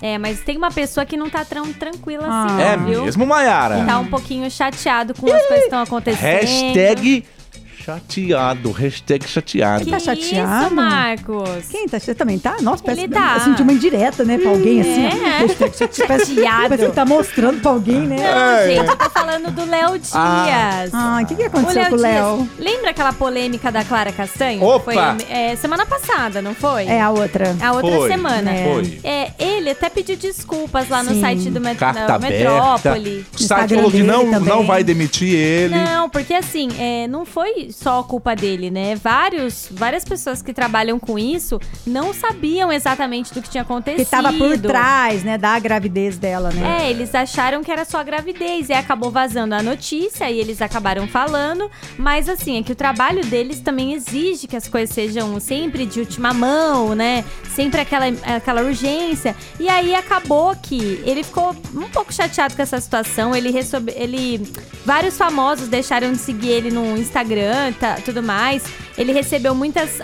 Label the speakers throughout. Speaker 1: É, mas tem uma pessoa que não tá tão tranquila
Speaker 2: Ah,
Speaker 1: assim,
Speaker 3: É
Speaker 1: não, viu?
Speaker 3: mesmo, Mayara?
Speaker 1: Tá um pouquinho chateado com as coisas que estão acontecendo.
Speaker 3: Hashtag chateado. Hashtag chateado.
Speaker 1: Que
Speaker 2: Tá
Speaker 1: Isso,
Speaker 2: chateado?
Speaker 1: Marcos.
Speaker 2: Quem tá? Você também tá? Nossa, parece
Speaker 1: Ele tá.
Speaker 2: eu senti uma indireta, né? Pra alguém assim. ó.
Speaker 1: É.
Speaker 2: Hashtag chateado. Parece parece que tá mostrando pra alguém, né?
Speaker 1: Não, gente, eu tô falando do Léo Dias.
Speaker 2: Ah, o que, que
Speaker 1: O
Speaker 2: aconteceu
Speaker 1: Léo
Speaker 2: com o
Speaker 1: Dias.
Speaker 2: Léo?
Speaker 1: Lembra aquela polêmica da Clara Castanho?
Speaker 3: Opa!
Speaker 1: Foi é, semana passada, não foi?
Speaker 2: É a outra.
Speaker 1: A outra
Speaker 3: Foi,
Speaker 1: semana.
Speaker 3: foi.
Speaker 1: É, ele até pediu desculpas lá no
Speaker 2: Sim.
Speaker 1: site do Met
Speaker 3: Carta
Speaker 1: da
Speaker 3: aberta.
Speaker 1: Metrópole.
Speaker 3: O site
Speaker 2: Instagram
Speaker 3: falou que
Speaker 2: dele
Speaker 3: não, não
Speaker 2: também.
Speaker 3: vai demitir ele.
Speaker 1: Não, porque assim, é, não foi só culpa dele, né? Vários, várias pessoas que trabalham com isso não sabiam exatamente do que tinha acontecido.
Speaker 2: Que tava por trás, né? Da gravidez dela, né?
Speaker 1: É, eles acharam que era só a gravidez e acabou vazando a notícia e eles acabaram falando. Mas assim, é que o trabalho deles também exige que as coisas sejam sempre de última mão, né? Sempre aquela, aquela urgência. E aí acabou que ele ficou um pouco chateado com essa situação. Ele recebe, ele vários famosos deixaram de seguir ele no Instagram, tá, tudo mais. Ele recebeu muitas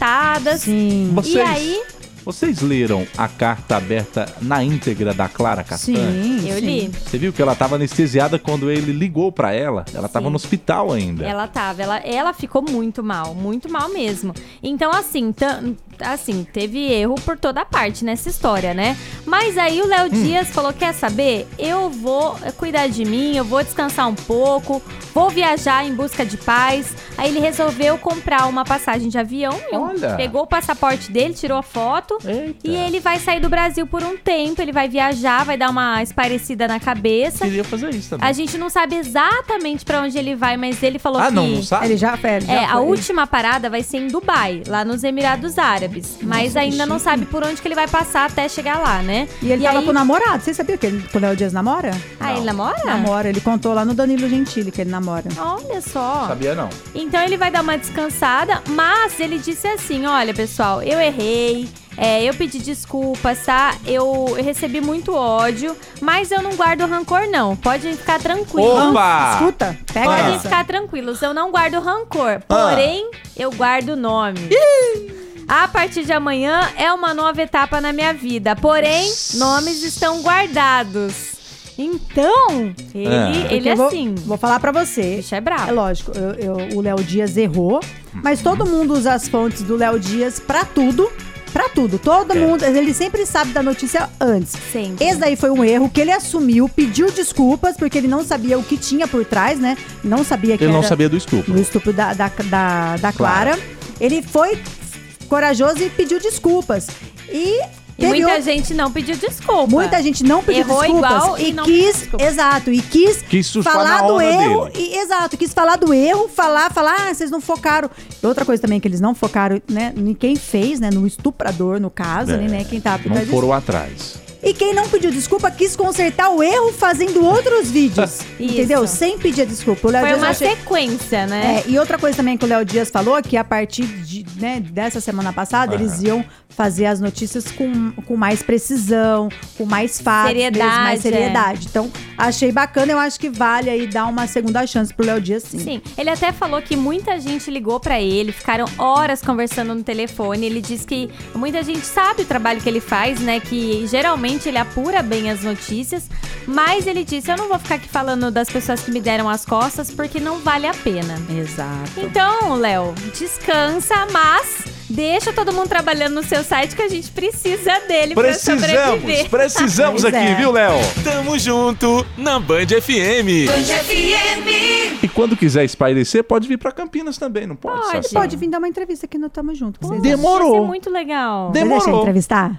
Speaker 1: alfinetadas.
Speaker 2: Sim.
Speaker 3: Vocês,
Speaker 1: E aí,
Speaker 3: vocês leram a carta aberta na íntegra da Clara Castanha?
Speaker 2: Sim.
Speaker 1: eu
Speaker 2: sim.
Speaker 1: li.
Speaker 3: Você viu que ela tava anestesiada quando ele ligou pra ela? Ela tava
Speaker 1: Sim.
Speaker 3: no hospital ainda.
Speaker 1: Ela tava, ela, ela ficou muito mal, muito mal mesmo. Então, assim, tam- assim, teve erro por toda parte nessa história, né? Mas aí o Léo Dias falou: quer saber? Eu vou cuidar de mim, eu vou descansar um pouco, vou viajar em busca de paz. Aí ele resolveu comprar uma passagem de avião, meu.
Speaker 3: Olha.
Speaker 1: pegou o passaporte dele, tirou a foto.
Speaker 3: Eita.
Speaker 1: E ele vai sair do Brasil por um tempo, ele vai viajar, vai dar uma esparecida na cabeça.
Speaker 3: Queria fazer isso também.
Speaker 1: A gente não sabe exatamente pra onde ele vai, mas ele falou
Speaker 3: Ah,
Speaker 1: que
Speaker 3: não, não sabe?
Speaker 2: Ele já, é, ele já
Speaker 1: é, a
Speaker 2: foi.
Speaker 1: última parada vai ser em Dubai, lá nos Emirados Árabes. Mas ainda não sabe por onde que ele vai passar até chegar lá, né?
Speaker 2: E ele tava
Speaker 1: aí-
Speaker 2: com o namorado. Você sabia que, ele, que o Léo Dias namora?
Speaker 1: Ah, ele namora?
Speaker 2: Namora. Ele contou lá no Danilo Gentili que ele namora. Então,
Speaker 1: Olha só.
Speaker 3: Sabia não.
Speaker 1: Então ele vai dar uma descansada, mas ele disse assim: olha, pessoal, eu errei. é, eu pedi desculpas, tá? Eu, eu recebi muito ódio, mas eu não guardo rancor, não. Podem ficar tranquilos.
Speaker 3: Opa!
Speaker 2: Escuta, pega
Speaker 3: Ah.
Speaker 1: Podem
Speaker 2: essa.
Speaker 1: ficar tranquilos, eu não guardo rancor,
Speaker 3: Ah.
Speaker 1: porém eu guardo nome. A partir de amanhã é uma nova etapa na minha vida, porém nomes estão guardados. Então, ele,
Speaker 3: Ah.
Speaker 1: ele
Speaker 2: Eu vou-
Speaker 1: assim,
Speaker 2: Vou, falar pra você.
Speaker 1: bicho é
Speaker 2: É
Speaker 1: bravo.
Speaker 2: lógico, eu- eu- o Léo Dias errou, mas
Speaker 3: Uhum.
Speaker 2: todo mundo usa as fontes do Léo Dias pra tudo. Pra tudo.
Speaker 3: É.
Speaker 2: Todo mundo. Ele sempre sabe da notícia antes.
Speaker 1: Sempre.
Speaker 2: Esse daí foi um erro que ele assumiu, pediu desculpas, porque ele não sabia o que tinha por trás, né? Não sabia que
Speaker 3: Ele
Speaker 2: era
Speaker 3: não sabia do estupro.
Speaker 2: no estupro da, da, da, da Clara. Ele foi corajoso e pediu desculpas. E,
Speaker 1: E
Speaker 2: teve
Speaker 1: muita
Speaker 2: outro-
Speaker 1: gente não pediu desculpa.
Speaker 2: Muita gente não pediu
Speaker 1: Errou
Speaker 2: desculpas
Speaker 1: igual e
Speaker 2: e,
Speaker 1: não pediu
Speaker 2: quis,
Speaker 1: desculpa.
Speaker 2: exato, e quis,
Speaker 3: Quis surfar
Speaker 2: falar
Speaker 3: na
Speaker 2: do
Speaker 3: onda
Speaker 2: erro,
Speaker 3: dele.
Speaker 2: e, exato, quis falar do erro, falar, falar, ah, vocês não focaram. Outra coisa também que eles não focaram, né, em quem fez, né, no estuprador, no caso,
Speaker 3: É,
Speaker 2: ali, né, quem tá por
Speaker 3: Não
Speaker 2: trás disso.
Speaker 3: foram atrás.
Speaker 2: E quem não pediu desculpa quis consertar o erro fazendo outros vídeos,
Speaker 1: Isso.
Speaker 2: entendeu? Sem pedir desculpa. O Léo
Speaker 1: Foi
Speaker 2: Dias eu
Speaker 1: uma
Speaker 2: achei-
Speaker 1: sequência, né?
Speaker 2: é, e outra coisa também que o Léo Dias falou é que a partir de, né, dessa semana passada,
Speaker 3: Aham.
Speaker 2: eles iam fazer as notícias com, com mais precisão, com mais fatos,
Speaker 1: Seriedade,
Speaker 2: mesmo, mais
Speaker 1: é.
Speaker 2: seriedade. Então, achei bacana, eu acho que vale aí dar uma segunda chance pro Léo Dias, sim.
Speaker 1: Sim, ele até falou que muita gente ligou pra ele, ficaram horas conversando no telefone. Ele diz que muita gente sabe o trabalho que ele faz, né? Que geralmente ele apura bem as notícias. Mas ele disse: Eu não vou ficar aqui falando das pessoas que me deram as costas porque não vale a pena.
Speaker 2: Exato.
Speaker 1: Então, Léo, descansa, mas deixa todo mundo trabalhando no seu site que a gente precisa dele pra
Speaker 3: Precisamos,
Speaker 1: sobreviver.
Speaker 3: precisamos
Speaker 2: Pois
Speaker 3: aqui,
Speaker 2: é.
Speaker 3: viu, Léo?
Speaker 4: Tamo junto na Band FM.
Speaker 3: E quando quiser espairecer, pode vir pra Campinas também, não pode?
Speaker 1: Pode.
Speaker 3: Sassá?
Speaker 2: Pode vir dar uma entrevista aqui no Tamo Junto. que vocês
Speaker 3: Demorou.
Speaker 1: Isso é muito legal.
Speaker 2: acham? Você deixa eu
Speaker 3: Demorou.
Speaker 2: entrevistar?